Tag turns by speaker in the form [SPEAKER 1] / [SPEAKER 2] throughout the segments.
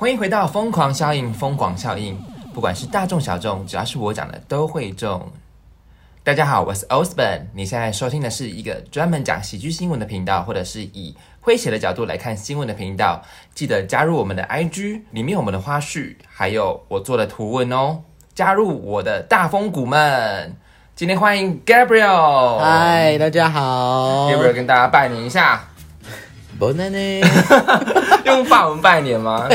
[SPEAKER 1] 欢迎回到《疯狂效应》，疯狂效应，不管是大众小众，只要是我讲的都会中。大家好，我是 Osborn，你现在收听的是一个专门讲喜剧新闻的频道，或者是以诙谐的角度来看新闻的频道。记得加入我们的 IG，里面有我们的花絮，还有我做的图文哦。加入我的大风骨们，今天欢迎 Gabriel，
[SPEAKER 2] 嗨，大家好。
[SPEAKER 1] 哦，Gabriel 跟大家拜年一下，
[SPEAKER 2] b o n a
[SPEAKER 1] 用法文拜年吗？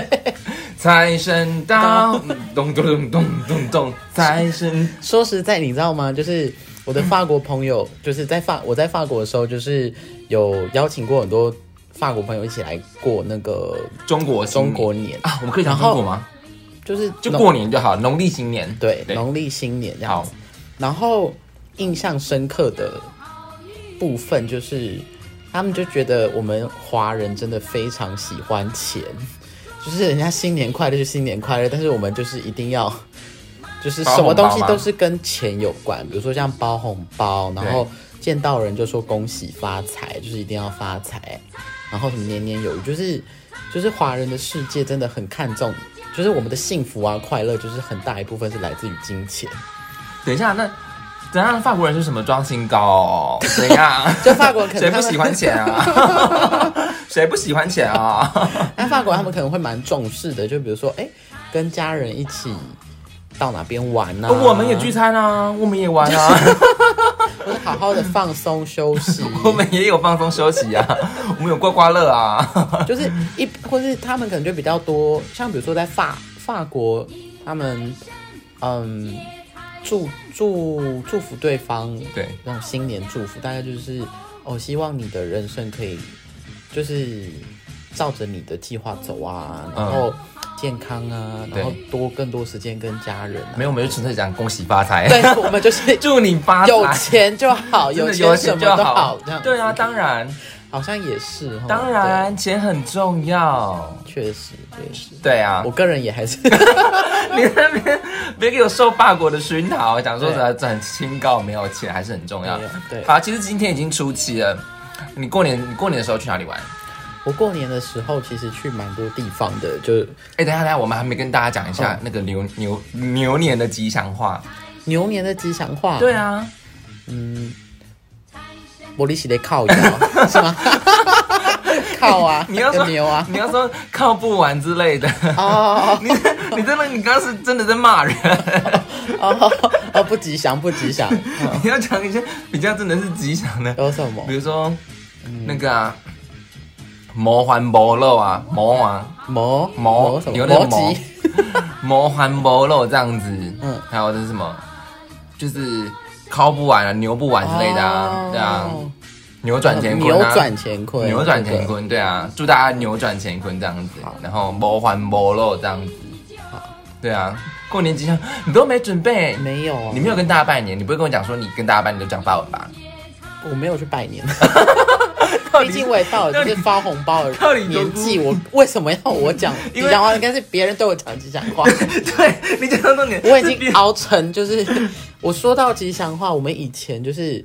[SPEAKER 1] 财神到，咚咚咚咚咚咚，财神
[SPEAKER 2] 说实在，你知道吗？就是我的法国朋友，就是在法我在法国的时候，就是有邀请过很多法国朋友一起来过那个
[SPEAKER 1] 中国新
[SPEAKER 2] 中
[SPEAKER 1] 年
[SPEAKER 2] 国年，
[SPEAKER 1] 啊，我们可以讲中国吗？
[SPEAKER 2] 就是
[SPEAKER 1] 就
[SPEAKER 2] 农
[SPEAKER 1] 过年就好，农历新年。
[SPEAKER 2] 对
[SPEAKER 1] 对，
[SPEAKER 2] 农历新年这样
[SPEAKER 1] 好
[SPEAKER 2] 子。，然后印象深刻的部分就是，他们就觉得我们华人真的非常喜欢钱，就是人家新年快乐就新年快乐，但是我们就是一定要， 就是
[SPEAKER 1] 包
[SPEAKER 2] 什么
[SPEAKER 1] 红包
[SPEAKER 2] 东西
[SPEAKER 1] 吗
[SPEAKER 2] 都是跟钱有关，比如说像包红包，然后见到人就说恭喜发财，就是一定要发财，然后什么年年有余，就是就是华人的世界真的很看重。就是我们的幸福啊、快乐，就是很大一部分是来自于金钱。
[SPEAKER 1] 等一下，那等一下法国人是什么装新高、哦？怎样？
[SPEAKER 2] 就法国人可
[SPEAKER 1] 谁
[SPEAKER 2] 能他
[SPEAKER 1] 不
[SPEAKER 2] 们
[SPEAKER 1] 喜欢钱啊？谁不喜欢钱啊？
[SPEAKER 2] 那法国人他们可能会蛮重视的，就比如说，哎、跟家人一起到哪边玩啊，
[SPEAKER 1] 哦我们也聚餐啊，我们也玩啊，
[SPEAKER 2] 或者好好的放松休息，
[SPEAKER 1] 我们也有放松休息啊，我们有刮刮乐啊。
[SPEAKER 2] 就是一或是他们可能就比较多，像比如说在法法国，他们嗯祝祝祝福对方，
[SPEAKER 1] 对，
[SPEAKER 2] 那种新年祝福，大概就是哦，希望你的人生可以就是照着你的计划走啊，然后健康啊，
[SPEAKER 1] 嗯对
[SPEAKER 2] 然后多更多时间跟家人、啊。
[SPEAKER 1] 没有，我们就纯粹讲恭喜发财，
[SPEAKER 2] 对，我们 就是
[SPEAKER 1] 祝你发财，
[SPEAKER 2] 有钱就好，
[SPEAKER 1] 真的
[SPEAKER 2] 钱什
[SPEAKER 1] 钱
[SPEAKER 2] 么
[SPEAKER 1] 就
[SPEAKER 2] 都
[SPEAKER 1] 好
[SPEAKER 2] 这样。。哦
[SPEAKER 1] 对啊，当然，
[SPEAKER 2] 好像也是哦，
[SPEAKER 1] 当然，钱很重要。
[SPEAKER 2] 对，确实确实。
[SPEAKER 1] 对啊，
[SPEAKER 2] 我个人也还是，
[SPEAKER 1] 你在那边别给我受法国的熏陶，讲说这这很清高，没有钱还是很重要
[SPEAKER 2] 对。对
[SPEAKER 1] 好，其实今天已经初七了。你过年，你过年的时候去哪里玩？
[SPEAKER 2] 我过年的时候其实去蛮多地方的，就
[SPEAKER 1] 哎、等一下，等一下，我们还没跟大家讲一
[SPEAKER 2] 哦
[SPEAKER 1] 下那个牛牛牛年的吉祥话。
[SPEAKER 2] 牛年的吉祥话，
[SPEAKER 1] 对，啊，
[SPEAKER 2] 玻璃洗的靠腰 是吗？靠啊，
[SPEAKER 1] 你要说
[SPEAKER 2] 跟牛啊，
[SPEAKER 1] 你要说靠不完之类的。
[SPEAKER 2] 哦
[SPEAKER 1] 你你真的，你刚刚是真的在骂 人。
[SPEAKER 2] 哦哦，不吉祥不吉祥，嗯
[SPEAKER 1] 你要讲一些比较真的是吉祥的，
[SPEAKER 2] 有什么
[SPEAKER 1] 比如说那个啊，魔环魔肉啊，魔啊。
[SPEAKER 2] 魔
[SPEAKER 1] 毛
[SPEAKER 2] 什
[SPEAKER 1] 牛
[SPEAKER 2] 么
[SPEAKER 1] 的
[SPEAKER 2] 魔
[SPEAKER 1] 毛
[SPEAKER 2] 吉？
[SPEAKER 1] 魔环魔肉这样子，嗯
[SPEAKER 2] 嗯，
[SPEAKER 1] 还有这是什么？就是敲不完啊，牛不完之类的啊，对啊，
[SPEAKER 2] 哦
[SPEAKER 1] 扭转乾坤
[SPEAKER 2] 扭
[SPEAKER 1] 啊，
[SPEAKER 2] 转乾坤，
[SPEAKER 1] 扭转乾
[SPEAKER 2] 这个
[SPEAKER 1] 坤，对啊，祝大家扭转乾坤这样子
[SPEAKER 2] 好，
[SPEAKER 1] 然后魔环魔肉这样子，对啊，过年吉祥，你都没准备，
[SPEAKER 2] 没有啊，
[SPEAKER 1] 你没有跟大家拜年，你不会跟我讲说你跟大家拜年都讲法 文吧？
[SPEAKER 2] 我没有去 拜年，
[SPEAKER 1] 到底
[SPEAKER 2] 毕竟我也到了就是发红包
[SPEAKER 1] 到
[SPEAKER 2] 的
[SPEAKER 1] 底
[SPEAKER 2] 年纪，我为什么要我讲 吉
[SPEAKER 1] 因为
[SPEAKER 2] 祥话？应该是别人对我讲吉祥 话。
[SPEAKER 1] 对你讲到重点，
[SPEAKER 2] 我已
[SPEAKER 1] 是别
[SPEAKER 2] 经熬成就是，我说到吉祥话，我们以前就是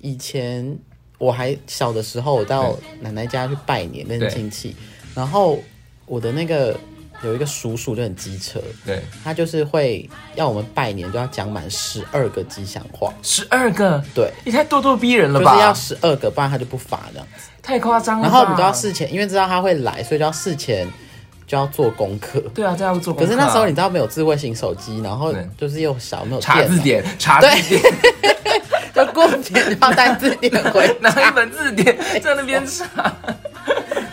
[SPEAKER 2] 以前我还小的时候，我到奶奶家去拜年跟
[SPEAKER 1] 对
[SPEAKER 2] 亲戚，然后我的那个有一个叔叔就很机车，
[SPEAKER 1] 对
[SPEAKER 2] 他就是会要我们拜年就要讲满十二个吉祥话，
[SPEAKER 1] 十二个，
[SPEAKER 2] 对，
[SPEAKER 1] 也太咄咄逼人了
[SPEAKER 2] 就是
[SPEAKER 1] 吧？
[SPEAKER 2] 要十二个，不然他就不罚这样。
[SPEAKER 1] 太夸张了吧。
[SPEAKER 2] 然后我们都要事前，因为知道他会来，所以就要事前就要做功课。
[SPEAKER 1] 对啊，这样做功
[SPEAKER 2] 可
[SPEAKER 1] 课啊。
[SPEAKER 2] 是那时候你知道没有智慧型手机，然后
[SPEAKER 1] 对
[SPEAKER 2] 就是又小，没有
[SPEAKER 1] 查
[SPEAKER 2] 电
[SPEAKER 1] 字
[SPEAKER 2] 脑，
[SPEAKER 1] 典，查字典，
[SPEAKER 2] 就过年就要带字典回
[SPEAKER 1] 拿
[SPEAKER 2] 家
[SPEAKER 1] 一。本字 典在那边查。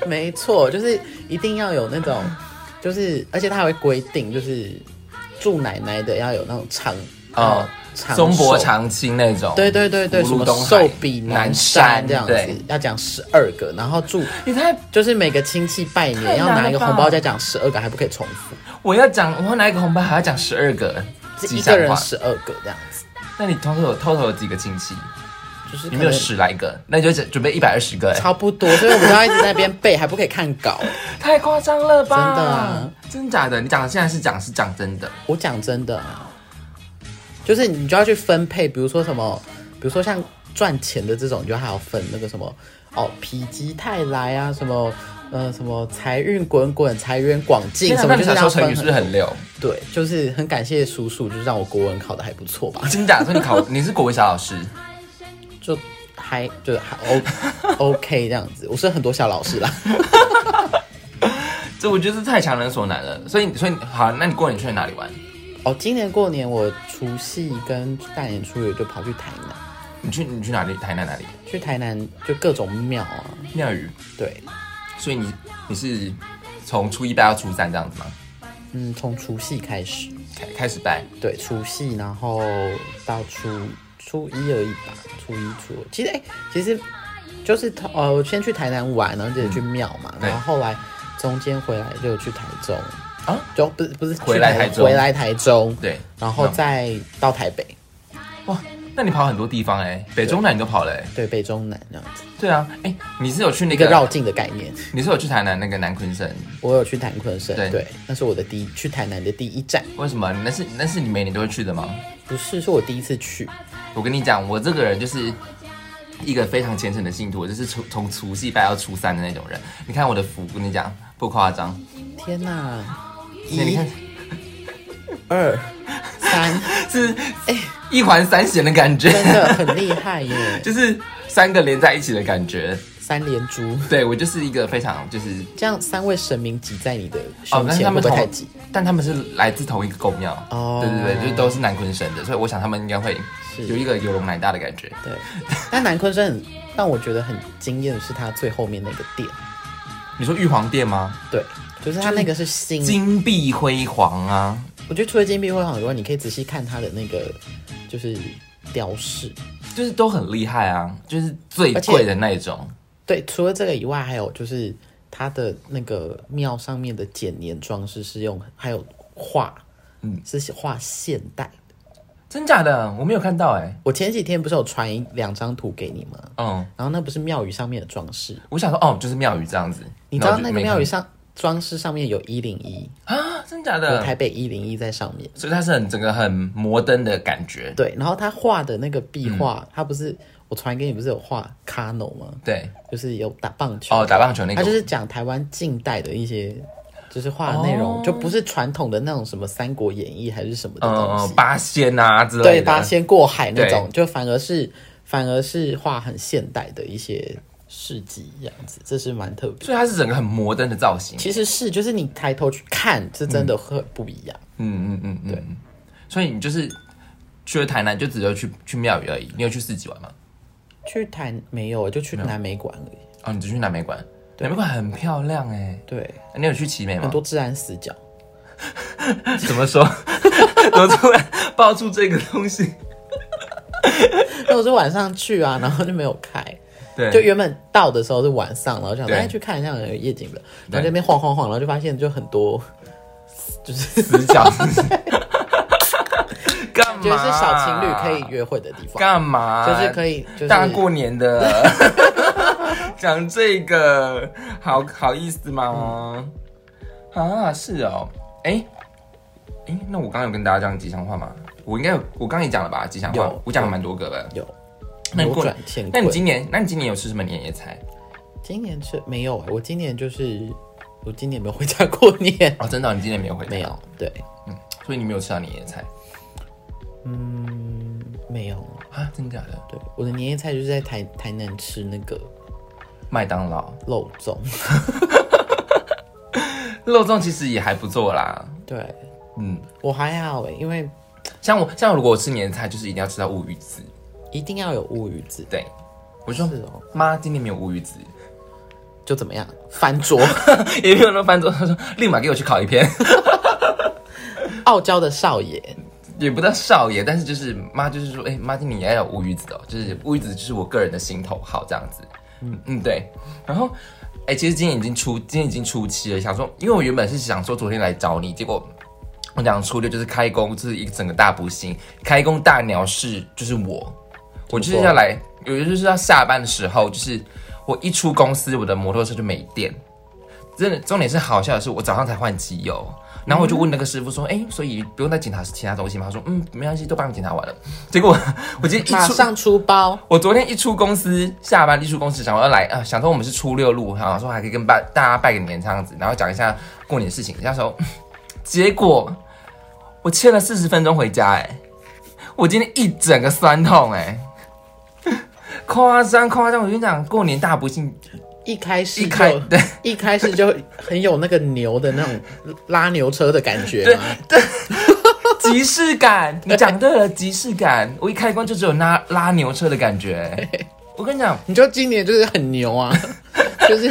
[SPEAKER 2] 没错，就是一定要有那种，就是而且他还会规定，就是住奶奶的要有那种长
[SPEAKER 1] 哦
[SPEAKER 2] 呃长
[SPEAKER 1] 中国
[SPEAKER 2] 寿
[SPEAKER 1] 长青那种，
[SPEAKER 2] 对对对对，
[SPEAKER 1] 福
[SPEAKER 2] 什
[SPEAKER 1] 如
[SPEAKER 2] 么
[SPEAKER 1] 东海
[SPEAKER 2] 寿比
[SPEAKER 1] 南
[SPEAKER 2] 南山
[SPEAKER 1] 山
[SPEAKER 2] 这样子
[SPEAKER 1] 对，
[SPEAKER 2] 要讲十二个，然后祝
[SPEAKER 1] 你太，
[SPEAKER 2] 就是每个亲戚拜
[SPEAKER 1] 太
[SPEAKER 2] 年
[SPEAKER 1] 难
[SPEAKER 2] 要
[SPEAKER 1] 了
[SPEAKER 2] 拿一个
[SPEAKER 1] 吧
[SPEAKER 2] 红包，再讲十二个，还不可以重复，
[SPEAKER 1] 我要讲，我要拿一个红包，还要讲十二个
[SPEAKER 2] 是
[SPEAKER 1] 吉
[SPEAKER 2] 一个
[SPEAKER 1] 祥
[SPEAKER 2] 人
[SPEAKER 1] 话。
[SPEAKER 2] 十二个这样子，
[SPEAKER 1] 那你偷偷有偷偷有几个亲戚？
[SPEAKER 2] 就是
[SPEAKER 1] 你
[SPEAKER 2] 可
[SPEAKER 1] 没有
[SPEAKER 2] 能
[SPEAKER 1] 十来个，那你就准准备一百二十个、哎
[SPEAKER 2] 差不多，所以我们就要一直在那边背，还不可以看稿。
[SPEAKER 1] 太夸张了吧？
[SPEAKER 2] 真的啊
[SPEAKER 1] 真假的？你讲的现在是讲是讲真的，
[SPEAKER 2] 我讲真的啊，就是你就要去分配，比如说什么，比如说像赚钱的这种，你就还要分那个什么哦，否极泰来啊，什么呃什么财运滚滚，财源广进
[SPEAKER 1] 天哪
[SPEAKER 2] 什
[SPEAKER 1] 那
[SPEAKER 2] 么，
[SPEAKER 1] 你
[SPEAKER 2] 就是
[SPEAKER 1] 小时候
[SPEAKER 2] 让它分
[SPEAKER 1] 成语是不是
[SPEAKER 2] 很
[SPEAKER 1] 很溜？
[SPEAKER 2] 对，就是很感谢叔叔，就是让我国文考的还不错吧，
[SPEAKER 1] 真假？所以你考 你是国文小老师，
[SPEAKER 2] 就还就还 O OK 这样子。我是很多小老师啦，
[SPEAKER 1] 这我觉得是太强人所难了。所以所以好，那你过年去了哪里玩？
[SPEAKER 2] 哦，今年过年我除夕跟大年初六就跑去台南，
[SPEAKER 1] 你去你去哪里？台南哪里？
[SPEAKER 2] 去台南就各种庙啊，
[SPEAKER 1] 庙宇。
[SPEAKER 2] 对，
[SPEAKER 1] 所以你你是从初一拜到初三这样子吗？
[SPEAKER 2] 嗯，从除夕开始，
[SPEAKER 1] 开开始拜，
[SPEAKER 2] 对，除夕，然后到初初一而已吧，初一初二，其实哎、其实就是头呃，我先去台南玩，然后接着去庙嘛，
[SPEAKER 1] 嗯对
[SPEAKER 2] 然后后来中间回来就去台中
[SPEAKER 1] 啊，
[SPEAKER 2] 就不是不是去
[SPEAKER 1] 回来台中
[SPEAKER 2] 回来台中，
[SPEAKER 1] 对，
[SPEAKER 2] 然后
[SPEAKER 1] 嗯
[SPEAKER 2] 再到台北，
[SPEAKER 1] 哇，那你跑很多地方哎、北中南你都跑了哎、
[SPEAKER 2] 对，北中南这样子，
[SPEAKER 1] 对啊，哎、你是有去那
[SPEAKER 2] 一个
[SPEAKER 1] 个
[SPEAKER 2] 绕境的概念。
[SPEAKER 1] 你是有去台南那个南昆山？
[SPEAKER 2] 我有去南昆山，
[SPEAKER 1] 对
[SPEAKER 2] 对，那是我的第一去台南的第一站，
[SPEAKER 1] 为什么？那是那是你每年都会去的吗？
[SPEAKER 2] 不是，是我第一次去，
[SPEAKER 1] 我跟你讲，我这个人就是一个非常虔诚的信徒，我就是从从除夕拜到初三的那种人。你看我的福，我跟你讲不夸张，
[SPEAKER 2] 天哪，
[SPEAKER 1] 那你
[SPEAKER 2] 一
[SPEAKER 1] 看
[SPEAKER 2] 二三，
[SPEAKER 1] 是哎一环三弦的感觉，
[SPEAKER 2] 真的很厉害 耶，
[SPEAKER 1] 就是三个连在一起的感觉。
[SPEAKER 2] 三连珠。
[SPEAKER 1] 对我就是一个非常就是
[SPEAKER 2] 这样三位神明挤在你的
[SPEAKER 1] 哦
[SPEAKER 2] 胸，
[SPEAKER 1] 但是
[SPEAKER 2] 前
[SPEAKER 1] 他
[SPEAKER 2] 会
[SPEAKER 1] 们
[SPEAKER 2] 不会
[SPEAKER 1] 同
[SPEAKER 2] 太挤？
[SPEAKER 1] 但他们是来自同一个宫庙，
[SPEAKER 2] 哦
[SPEAKER 1] 对对对，就是都是南昆神的，所以我想他们应该会
[SPEAKER 2] 是
[SPEAKER 1] 有一个有容乃大的感觉。
[SPEAKER 2] 对，但南昆山很让我觉得很惊艳的是它最后面那个殿，
[SPEAKER 1] 你说玉皇殿吗？
[SPEAKER 2] 对，就是它那个是星，
[SPEAKER 1] 金碧辉煌啊，
[SPEAKER 2] 我觉得除了金碧辉煌以外，你可以仔细看它的那个就是雕饰。
[SPEAKER 1] 就是都很厉害啊，就是最
[SPEAKER 2] 而且
[SPEAKER 1] 贵的那一种。
[SPEAKER 2] 对，除了这个以外，还有就是它的那个庙上面的剪年装饰是用，还有画，
[SPEAKER 1] 嗯
[SPEAKER 2] 嗯，是画现代的。
[SPEAKER 1] 真假的？我没有看到哎、
[SPEAKER 2] 我前几天不是有传一两张图给你吗？
[SPEAKER 1] 嗯，
[SPEAKER 2] 然后那不是庙宇上面的装饰，
[SPEAKER 1] 我想说哦，就是庙宇这样子。
[SPEAKER 2] 你知道
[SPEAKER 1] 然后
[SPEAKER 2] 那
[SPEAKER 1] 我就
[SPEAKER 2] 个
[SPEAKER 1] 没
[SPEAKER 2] 庙宇
[SPEAKER 1] 看
[SPEAKER 2] 上装饰上面有一零一，
[SPEAKER 1] 啊？真假
[SPEAKER 2] 有
[SPEAKER 1] 的？
[SPEAKER 2] 台北一零一在上面。
[SPEAKER 1] 所以它是很整个很摩登的感觉。
[SPEAKER 2] 对，然后他画的那个壁
[SPEAKER 1] 嗯
[SPEAKER 2] 画，他不是我传给你，不是有画 Cano 吗？
[SPEAKER 1] 对，
[SPEAKER 2] 就是有打棒球，
[SPEAKER 1] 哦，打棒球那
[SPEAKER 2] 他
[SPEAKER 1] 个，
[SPEAKER 2] 就是讲台湾近代的一些，就是画的内容，
[SPEAKER 1] 哦
[SPEAKER 2] 就不是传统的那种什么《三国演义》还是什么的
[SPEAKER 1] 嗯
[SPEAKER 2] 东
[SPEAKER 1] 嗯
[SPEAKER 2] 西，
[SPEAKER 1] 八仙啊之类的。
[SPEAKER 2] 对，八。仙过海那种，
[SPEAKER 1] 对
[SPEAKER 2] 就反而是反而是画很现代的一些事迹这样子，这是蛮特别。
[SPEAKER 1] 所以它是整个很摩登的造型。
[SPEAKER 2] 其实是，就是你抬头去看，是真的很不一样。
[SPEAKER 1] 嗯嗯嗯嗯。对。所以你就是去了台南，就只有去去庙宇而已。你有去市集玩吗？
[SPEAKER 2] 去台没有，就去南美馆而已。
[SPEAKER 1] 哦，你只去南美馆。南美馆很漂亮哎、
[SPEAKER 2] 对，
[SPEAKER 1] 你有去奇美吗？
[SPEAKER 2] 很多治安死角。
[SPEAKER 1] 怎么说？ 怎么突然爆出这个东西？
[SPEAKER 2] 那我是晚上去啊，然后就没有开。
[SPEAKER 1] 对，
[SPEAKER 2] 就原本到的时候是晚上，然后想说
[SPEAKER 1] 对
[SPEAKER 2] 哎去看一下有夜景了，
[SPEAKER 1] 对
[SPEAKER 2] 然后这边晃晃晃，然后就发现就很多， 就是
[SPEAKER 1] 死角。干嘛？
[SPEAKER 2] 觉得是小情侣可以约会的地方，
[SPEAKER 1] 干嘛？
[SPEAKER 2] 就是可以就是
[SPEAKER 1] 大过年的 讲这个，好好意思吗？
[SPEAKER 2] 嗯
[SPEAKER 1] 啊，是哦，哎、哎、那我刚刚有跟大家讲吉祥话吗？我应该有，我刚刚也讲了吧？吉祥话
[SPEAKER 2] 有，
[SPEAKER 1] 我讲了蛮多个的。
[SPEAKER 2] 有
[SPEAKER 1] 那你
[SPEAKER 2] 扭
[SPEAKER 1] 过
[SPEAKER 2] 转乾
[SPEAKER 1] 那
[SPEAKER 2] 坤
[SPEAKER 1] 你。今年，那你今年有吃什么年夜菜？
[SPEAKER 2] 今年是没有，哎我今年就是我今年没有回家过年，
[SPEAKER 1] 哦，真的哦、你今年没有回家，
[SPEAKER 2] 没有，对，
[SPEAKER 1] 所以你没有吃到年夜菜
[SPEAKER 2] 没有，
[SPEAKER 1] 啊？真假的？
[SPEAKER 2] 对，我的年夜菜就是在台台南吃那个
[SPEAKER 1] 麦当劳
[SPEAKER 2] 肉粽，
[SPEAKER 1] 肉粽其实也还不错啦，
[SPEAKER 2] 对
[SPEAKER 1] 嗯，
[SPEAKER 2] 我还好哎，因为
[SPEAKER 1] 像我像我如果我吃年夜菜，就是一定要吃到乌鱼子，
[SPEAKER 2] 一定要有乌鱼子，
[SPEAKER 1] 对，我
[SPEAKER 2] 是
[SPEAKER 1] 说
[SPEAKER 2] 哦，
[SPEAKER 1] 妈，今年没有乌鱼子，
[SPEAKER 2] 就怎么样翻桌，
[SPEAKER 1] 也没有人翻桌，他说立马给我去烤一片，
[SPEAKER 2] 傲娇的少爷，
[SPEAKER 1] 也不叫少爷，但是就是妈就是说，哎、妈今年也要有乌鱼子的哦、就是乌鱼子就是我个人的心头好这样子，嗯嗯对，然后哎、其实今年已经初今年已经初七了，想说，因为我原本是想说昨天来找你，结果。我讲初六就是开工，就是一整个大不幸。开工大鸟事就是我，我就是要来，有的就是要下班的时候，就是我一出公司，我的摩托车就没电，真的重点是好笑的是，我早上才换机油，然
[SPEAKER 2] 嗯
[SPEAKER 1] 后我就问那个师傅说，哎、所以不用再检查其他东西吗？他说，嗯，没关系，都帮你检查完了。结果我今天一
[SPEAKER 2] 马
[SPEAKER 1] 出，
[SPEAKER 2] 上出包，
[SPEAKER 1] 我昨天一出公司，下班一出公司，想我要来啊、想说我们是初六路，然后说还可以跟拜大家拜个年这样子，然后讲一下过年的事情。那时候，结果我欠了四十分钟回家、哎，我今天一整个酸痛、哎， 夸张夸张！我跟你讲，过年大不幸，
[SPEAKER 2] 一开始
[SPEAKER 1] 一开
[SPEAKER 2] 就
[SPEAKER 1] 对
[SPEAKER 2] 一开始就很有那个牛的那种拉牛车的感觉
[SPEAKER 1] 对
[SPEAKER 2] 嘛。
[SPEAKER 1] 即视感，你讲对了，即视感。我一开关就只有拉拉牛车的感觉、我跟你讲，
[SPEAKER 2] 你就今年就是很牛啊， 就是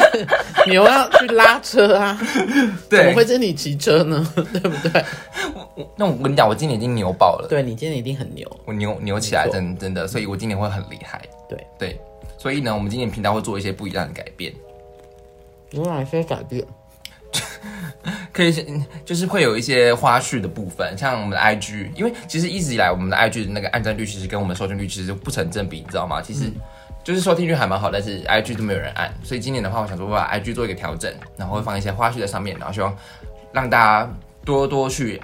[SPEAKER 2] 牛要去拉车啊，怎么
[SPEAKER 1] 对
[SPEAKER 2] 会，是你骑车呢？对不对？
[SPEAKER 1] 那我跟你讲，我今年已经牛爆了。
[SPEAKER 2] 对你今年一定很牛。
[SPEAKER 1] 我扭扭起来，
[SPEAKER 2] 没错
[SPEAKER 1] 真真的，所以我今年会很厉害。
[SPEAKER 2] 对
[SPEAKER 1] 对，所以呢，我们今年频道会做一些不一样的改变，
[SPEAKER 2] 有哪些改变？
[SPEAKER 1] 可以是嗯就是会有一些花絮的部分，像我们的 IG，因为其实一直以来我们的 IG 的那个按赞率其实跟我们收听率其实不成正比，你知道吗？其实。就是收听率还蛮好，但是 IG 都没有人按，所以今年的话，我想说我把 IG 做一个调整，然后会放一些花絮在上面，然后希望让大家多多去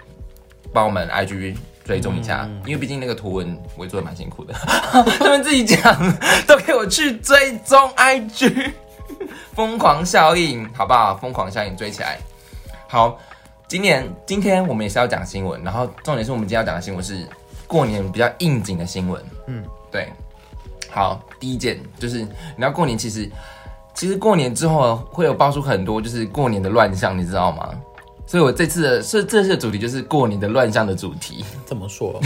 [SPEAKER 1] 帮我们 IG 追踪一下，因为毕竟那个图文我也做的蛮辛苦的， 他们自己讲，都给我去追踪 IG，疯狂效应，好不好？疯狂效应追起来。好，今年今天我们也是要讲新闻，然后重点是我们今天要讲的新闻是过年比较应景的新闻。嗯
[SPEAKER 2] 嗯，
[SPEAKER 1] 对。好，第一件就是你要过年，其实其实过年之后会有爆出很多就是过年的乱象，你知道吗？所以我这次的这这次的主题就是过年的乱象的主题。
[SPEAKER 2] 怎么说？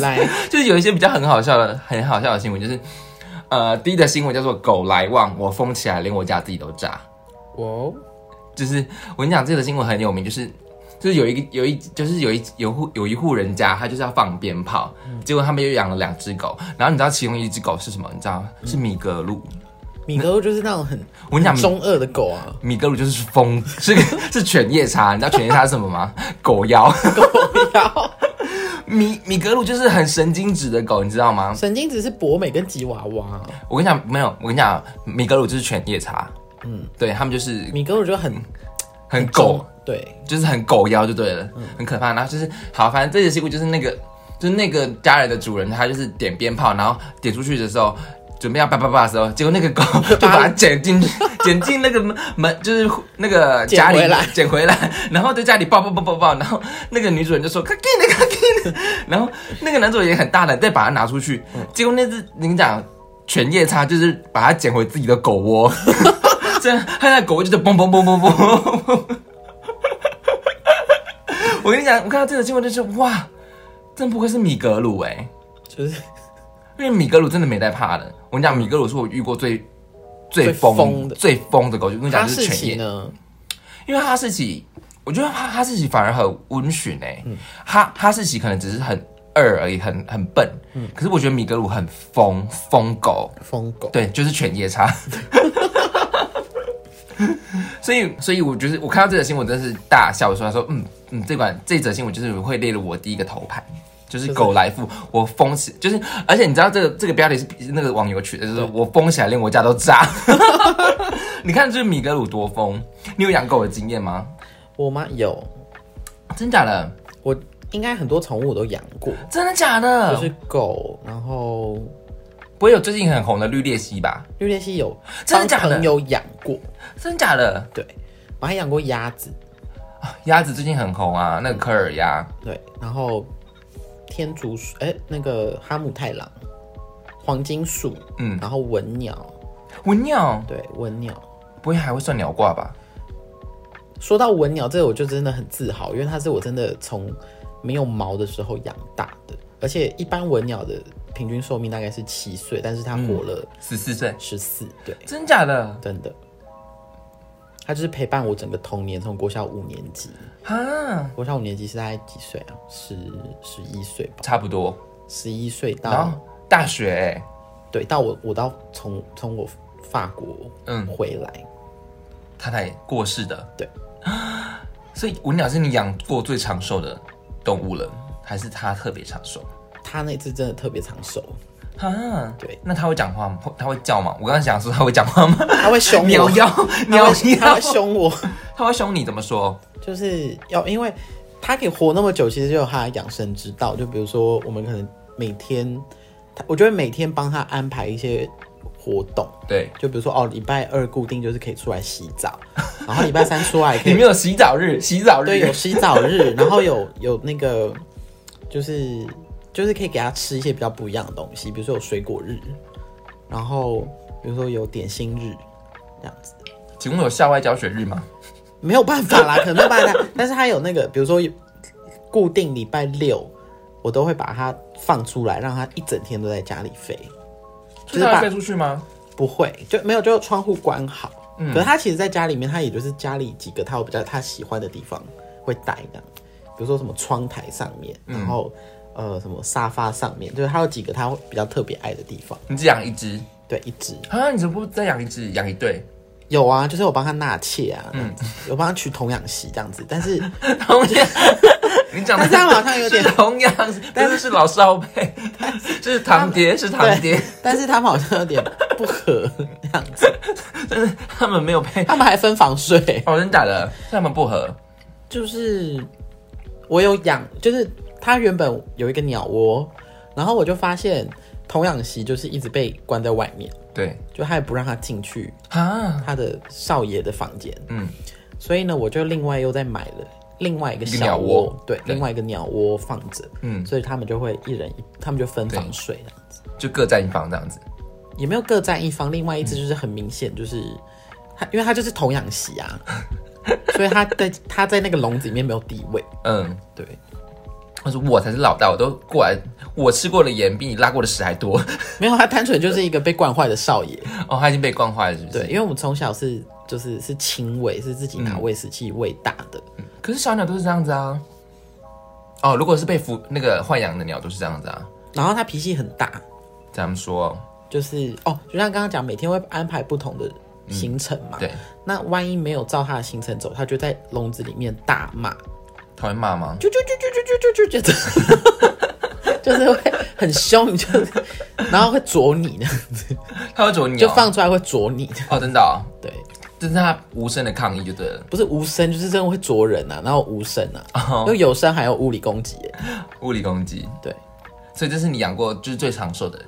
[SPEAKER 2] 来，
[SPEAKER 1] 就是有一些比较很好笑的、很好笑的新闻，就是呃，第一的新闻叫做“狗来旺”，我疯起来，连我家自己都炸。
[SPEAKER 2] 我
[SPEAKER 1] 就是我跟你讲，这个新闻很有名，就是就是有一个有一就是有一有户有一户人家，他就是要放鞭炮，结果他们又养了两只狗，然后你知道其中一只狗是什么？你知道吗是米格鲁。
[SPEAKER 2] 米格鲁就是那种很
[SPEAKER 1] 我跟你讲，米
[SPEAKER 2] 中二的狗 啊，
[SPEAKER 1] 米格鲁就是疯，是个是犬夜叉，你知道犬夜叉是什么吗？狗妖。
[SPEAKER 2] 然后
[SPEAKER 1] 米米格鲁就是很神经质的狗，你知道吗？
[SPEAKER 2] 神经质是博美跟吉娃娃，啊
[SPEAKER 1] 我跟你讲，没有，我跟你讲，米格鲁就是犬夜叉。嗯，对他们就是
[SPEAKER 2] 米格鲁就很
[SPEAKER 1] 很狗，，
[SPEAKER 2] 对，
[SPEAKER 1] 就是很狗妖就对
[SPEAKER 2] 嗯
[SPEAKER 1] 了，很可怕。然后就是好，反正这些事故就是那个，就是那个家人的主人，他就是点鞭炮，然后点出去的时候。准备要叭叭叭的时候，结果那个狗 就把它捡进 去，捡进那个门门，就是那个家里
[SPEAKER 2] 捡回来
[SPEAKER 1] 捡回来，然后在家里抱抱抱抱抱，然后那个女主人就说快给你快给你， 然后那个男主人也很大胆，再把它拿出去，
[SPEAKER 2] 嗯
[SPEAKER 1] 结果那只你跟你讲犬夜叉就是把它捡回自己的狗窝， 这样它那狗窝就是嘣嘣嘣嘣嘣嘣，我跟你讲，我看到这个新闻就是哇，真不愧是米格鲁哎、
[SPEAKER 2] 就是
[SPEAKER 1] 因为米格鲁真的没在怕的。我跟你讲，米格鲁是我遇过最最疯
[SPEAKER 2] 最疯的
[SPEAKER 1] 最疯的狗，就跟你讲
[SPEAKER 2] 哈
[SPEAKER 1] 就是
[SPEAKER 2] 士
[SPEAKER 1] 犬
[SPEAKER 2] 奇
[SPEAKER 1] 夜，
[SPEAKER 2] 呢，
[SPEAKER 1] 因为哈士奇，我觉得哈哈士奇反而很温驯哎，哈哈士奇可能只是很二而已，很很笨，可是我觉得米格鲁很疯疯狗，
[SPEAKER 2] 疯狗，
[SPEAKER 1] 对，就是犬夜叉。 所以，所以我觉得我看到这则新闻真的是大笑出来，说嗯嗯，这款这则新闻就是会列入我第一个头牌，就是狗来富，我疯起，就是而且你知道这个这个标题是是那个网友取的，就是我疯起来连我家都炸。 你看这米格鲁多疯，你有养狗的经验吗？
[SPEAKER 2] 我妈有，
[SPEAKER 1] 真假的？
[SPEAKER 2] 我应该很多宠物我都养过，
[SPEAKER 1] 真的假的？
[SPEAKER 2] 就是狗，然后
[SPEAKER 1] 不会有最近很红的绿鬣蜥吧？
[SPEAKER 2] 绿鬣蜥有
[SPEAKER 1] 真的假的
[SPEAKER 2] 帮朋友养过，
[SPEAKER 1] 真假的？
[SPEAKER 2] 对，我还养过鸭子，
[SPEAKER 1] 鸭子最近很红啊，那个科尔鸭。
[SPEAKER 2] 对，然后天竺鼠，哎、那个哈姆太郎，黄金鼠，
[SPEAKER 1] 嗯
[SPEAKER 2] 然后文鸟，
[SPEAKER 1] 文鸟
[SPEAKER 2] 对，文鸟。
[SPEAKER 1] 不会还会算鸟挂吧？
[SPEAKER 2] 说到文鸟，这个我就真的很自豪，因为它是我真的从没有毛的时候养大的，而且一般文鸟的平均寿命大概是七岁，但是它活了
[SPEAKER 1] 十四岁，
[SPEAKER 2] 十四、对，
[SPEAKER 1] 真假的
[SPEAKER 2] 真的。它就是陪伴我整个童年，从国小五年级，
[SPEAKER 1] 啊，
[SPEAKER 2] 国小五年级是大概几岁啊？十十一岁吧，
[SPEAKER 1] 差不多。
[SPEAKER 2] 十一岁
[SPEAKER 1] 然
[SPEAKER 2] 到
[SPEAKER 1] 后大学、欸，
[SPEAKER 2] 对，到我我到从从我法国
[SPEAKER 1] 嗯
[SPEAKER 2] 回来，
[SPEAKER 1] 他才过世的，
[SPEAKER 2] 对。
[SPEAKER 1] 所以文鸟是你养过最长寿的动物了，还是它特别长寿？
[SPEAKER 2] 他那次真的特别长寿，
[SPEAKER 1] 啊，
[SPEAKER 2] 对，
[SPEAKER 1] 那他会讲话吗？他会叫吗？我刚刚想说他会讲话 吗？
[SPEAKER 2] 他会凶
[SPEAKER 1] 喵
[SPEAKER 2] 我，
[SPEAKER 1] 妖，
[SPEAKER 2] 他
[SPEAKER 1] 喵
[SPEAKER 2] 会他
[SPEAKER 1] 妖
[SPEAKER 2] 会，凶我，
[SPEAKER 1] 他会凶你怎么说？
[SPEAKER 2] 就是要因为他可以活那么久，其实就有他的养生之道。就比如说，我们可能每天，他我觉得每天帮他安排一些活动，
[SPEAKER 1] 对，
[SPEAKER 2] 就比如说哦，礼拜二固定就是可以出来洗澡， 然后礼拜三出来也可
[SPEAKER 1] 你
[SPEAKER 2] 以
[SPEAKER 1] 们有洗澡日，洗澡
[SPEAKER 2] 对，有
[SPEAKER 1] 日，
[SPEAKER 2] 洗澡日， 然后有有那个，就是就是可以给他吃一些比较不一样的东西，比如说有水果日，然后比如说有点心日，这样子
[SPEAKER 1] 请问有校外教学日吗？
[SPEAKER 2] 没有办法啦， 可能没有办法，但是他有那个，比如说有固定礼拜六，我都会把它放出来，让他一整天都在家里飞，就是
[SPEAKER 1] 他
[SPEAKER 2] 把
[SPEAKER 1] 会飞出去吗？
[SPEAKER 2] 不会就没有就窗户关好。
[SPEAKER 1] 嗯
[SPEAKER 2] 可是他其实在家里面，他也就是家里几个他比较他喜欢的地方会待这样，比如说什么窗台上面，然后、呃什么沙发上面，就是他有几个他比较特别爱的地方。
[SPEAKER 1] 你只养一只
[SPEAKER 2] 对，一只
[SPEAKER 1] 啊？你怎么不再养一只，养一对？
[SPEAKER 2] 有啊，就是我帮他纳妾啊，嗯，有帮他取童养媳这样子，但是
[SPEAKER 1] 童养，你讲的
[SPEAKER 2] 但这样好像有点
[SPEAKER 1] 是童养，但是是老少配，是堂爹，是堂爹
[SPEAKER 2] 对，，但是他们好像有点不合这样子，
[SPEAKER 1] 但是他们没有配。
[SPEAKER 2] 他们还分房睡，
[SPEAKER 1] 哦，真假的，是他们不合。
[SPEAKER 2] 就是我有养，就是它原本有一个鸟窝，然后我就发现童养媳就是一直被关在外面，
[SPEAKER 1] 对
[SPEAKER 2] 就他也不让他进去
[SPEAKER 1] 啊，
[SPEAKER 2] 他的少爷的房间，
[SPEAKER 1] 嗯，
[SPEAKER 2] 所以呢，我就另外又再买了另外一个
[SPEAKER 1] 一个
[SPEAKER 2] 小
[SPEAKER 1] 鸟窝
[SPEAKER 2] 对，
[SPEAKER 1] 对
[SPEAKER 2] 另外一个鸟窝放着，
[SPEAKER 1] 嗯
[SPEAKER 2] 所以他们就会一人一，他们就分房睡了，
[SPEAKER 1] 就各占一方这样子。
[SPEAKER 2] 也没有各占一方，另外一只就是很明显就是。它因为它就是童养媳啊，所以它在它在那个笼子里面没有地位，
[SPEAKER 1] 嗯，
[SPEAKER 2] 对，
[SPEAKER 1] 他说我才是老大，我都过来，我吃过的盐比你拉过的屎还多。
[SPEAKER 2] 没有，他单纯就是一个被惯坏的少爷。
[SPEAKER 1] 哦，他已经被惯坏了，是不是？
[SPEAKER 2] 对，。因为我们从小是就是是亲喂，是自己拿喂食器喂大的。
[SPEAKER 1] 可是小鸟都是这样子啊。哦，如果是被服那个豢养的鸟都是这样子啊。
[SPEAKER 2] 然后他脾气很大，
[SPEAKER 1] 咱们说，
[SPEAKER 2] 就是哦，就像刚刚讲，每天会安排不同的行程嘛。
[SPEAKER 1] 对，
[SPEAKER 2] 那万一没有照他的行程走，他就在笼子里面大骂，
[SPEAKER 1] 他会骂吗？
[SPEAKER 2] 就就就就就就就就就， 就是会很凶，就是然后会啄你呢，
[SPEAKER 1] 他会啄鸟，
[SPEAKER 2] 就放出来会啄你。
[SPEAKER 1] 哦，真的、哦，
[SPEAKER 2] 对，
[SPEAKER 1] 这是他无声的抗议就对了。
[SPEAKER 2] 不是无声，就是真的会啄人啊，然后无声啊，因为有声还有物理攻击耶。
[SPEAKER 1] 物理攻击，
[SPEAKER 2] 对。
[SPEAKER 1] 所以这是你养过就是最长寿的。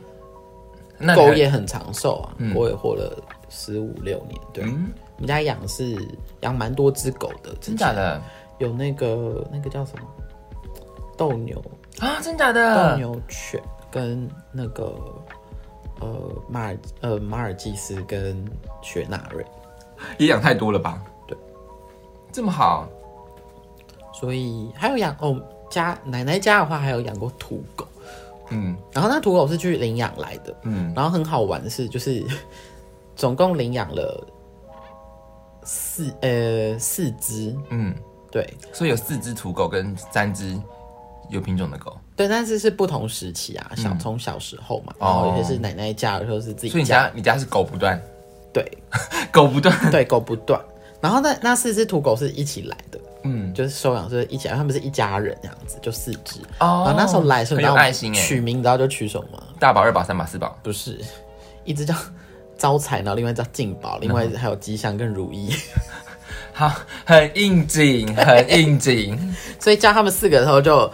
[SPEAKER 1] 那你还
[SPEAKER 2] 狗也很长寿啊，
[SPEAKER 1] 嗯
[SPEAKER 2] 我也活了十五六年。对，我们家养是养蛮多只狗的，
[SPEAKER 1] 真假的
[SPEAKER 2] 有那个那个叫什么斗牛、
[SPEAKER 1] 啊？真假
[SPEAKER 2] 斗
[SPEAKER 1] 的？
[SPEAKER 2] 牛犬跟那个呃马尔呃马尔济斯跟雪纳瑞，
[SPEAKER 1] 也养太多了吧？
[SPEAKER 2] 对，
[SPEAKER 1] 这么好，
[SPEAKER 2] 所以还有养哦家奶奶家的话还有养过土狗，
[SPEAKER 1] 嗯
[SPEAKER 2] 然后那土狗是去领养来的，
[SPEAKER 1] 嗯，
[SPEAKER 2] 然后很好玩的是，就是 总共领养了四呃四只，
[SPEAKER 1] 嗯，
[SPEAKER 2] 对
[SPEAKER 1] 所以有四只土狗跟三只有品种的狗，
[SPEAKER 2] 对，但是是不同时期啊，小从小时候嘛，
[SPEAKER 1] 嗯哦
[SPEAKER 2] 然后有些是奶奶家，有时候是自
[SPEAKER 1] 所以
[SPEAKER 2] 己
[SPEAKER 1] 你
[SPEAKER 2] 家，
[SPEAKER 1] 家你家是狗不断，
[SPEAKER 2] 对
[SPEAKER 1] 狗不断，
[SPEAKER 2] 对，狗不断。然后那那四只土狗是一起来的，
[SPEAKER 1] 嗯，
[SPEAKER 2] 就是收养是一起来，他们是一家人这样子，就四只。
[SPEAKER 1] 哦
[SPEAKER 2] 然啊后那时候来的时候，你
[SPEAKER 1] 很
[SPEAKER 2] 知
[SPEAKER 1] 有
[SPEAKER 2] 道
[SPEAKER 1] 爱心哎，
[SPEAKER 2] 取名，你知道就取什么吗？
[SPEAKER 1] 大宝、二宝、三宝、四宝，
[SPEAKER 2] 不是，一只叫招财，然后另外叫进宝，另外还有吉祥跟如意。
[SPEAKER 1] 好，很应景，很应景。
[SPEAKER 2] 所以叫他们四个的时候就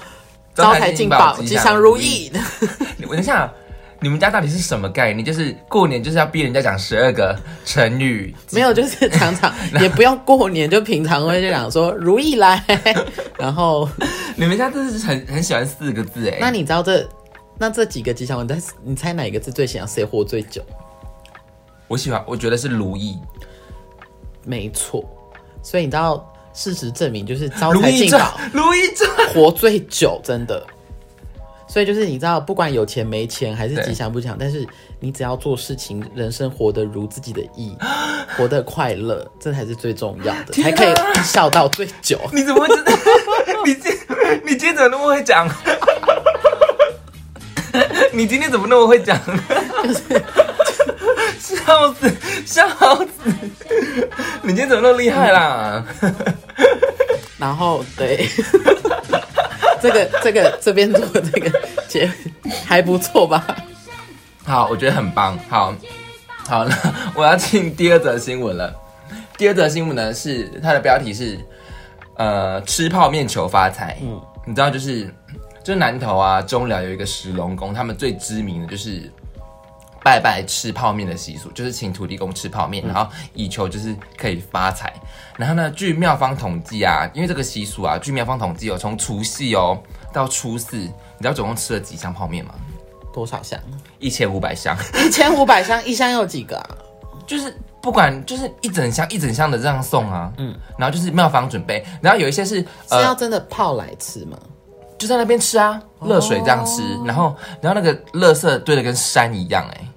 [SPEAKER 1] 招
[SPEAKER 2] 招
[SPEAKER 1] 财
[SPEAKER 2] 财
[SPEAKER 1] 进
[SPEAKER 2] 进
[SPEAKER 1] 宝
[SPEAKER 2] 宝，
[SPEAKER 1] 吉
[SPEAKER 2] 吉
[SPEAKER 1] 祥
[SPEAKER 2] 祥
[SPEAKER 1] 如
[SPEAKER 2] 如
[SPEAKER 1] 意
[SPEAKER 2] 意。
[SPEAKER 1] 我等一下，你们家到底是什么概念？就是过年就是要逼人家讲十二个成语，
[SPEAKER 2] 没有，就是常 常也不用过年，就平常会就讲说如意 来。然后，
[SPEAKER 1] 你们家真的是很很喜欢四个字哎。
[SPEAKER 2] 那你知道这那这几个吉祥文，但是你猜哪一个字最想谁活最久？
[SPEAKER 1] 我喜欢，我觉得是如意，
[SPEAKER 2] 没错，所以你知道事实证明就是招
[SPEAKER 1] 如
[SPEAKER 2] 财
[SPEAKER 1] 懿
[SPEAKER 2] 进
[SPEAKER 1] 传
[SPEAKER 2] 宝，
[SPEAKER 1] 如懿传，
[SPEAKER 2] 活最久，真的。所以就是你知道，不管有钱没钱，还是
[SPEAKER 1] 对
[SPEAKER 2] 吉祥不吉祥，但是你只要做事情，人生活得如自己的意， 活得快乐，这才是最重要的，才
[SPEAKER 1] 天啊
[SPEAKER 2] 可以笑到最久。
[SPEAKER 1] 你怎么会知道？ 你今你今天怎么那么会讲？ 你今天怎么那么会讲？ 笑死，笑死！ 你今天怎么那么厉害啦？
[SPEAKER 2] 然后对， 这个这个这边做这个节还不错吧？
[SPEAKER 3] 生
[SPEAKER 1] 好，我觉得很棒。好，好，那 我要进第二则新闻了。第二则新闻呢是它的标题是呃吃泡面求发财。嗯，你知道就是就是南投啊中寮有一个石龙宫，他们最知名的就是拜拜吃泡面的习俗，就是请土地公吃泡面，然后以求就是可以发财。然后呢，据妙方统计啊，因为这个习俗啊，据妙方统计哦，从除夕哦到初四，你知道总共吃了几箱泡面吗？
[SPEAKER 2] 多少箱？
[SPEAKER 1] 一千五百箱。
[SPEAKER 2] 一千五百箱，一箱有几个啊？
[SPEAKER 1] 就是不管就是一整箱一整箱的这样送啊，嗯，然后就是妙方准备，然后有一些是
[SPEAKER 2] 是啊
[SPEAKER 1] 呃
[SPEAKER 2] 要真的泡来吃吗？
[SPEAKER 1] 就在那边吃啊，热水这样吃，
[SPEAKER 2] 哦
[SPEAKER 1] 然后然后那个垃圾堆的跟山一样哎、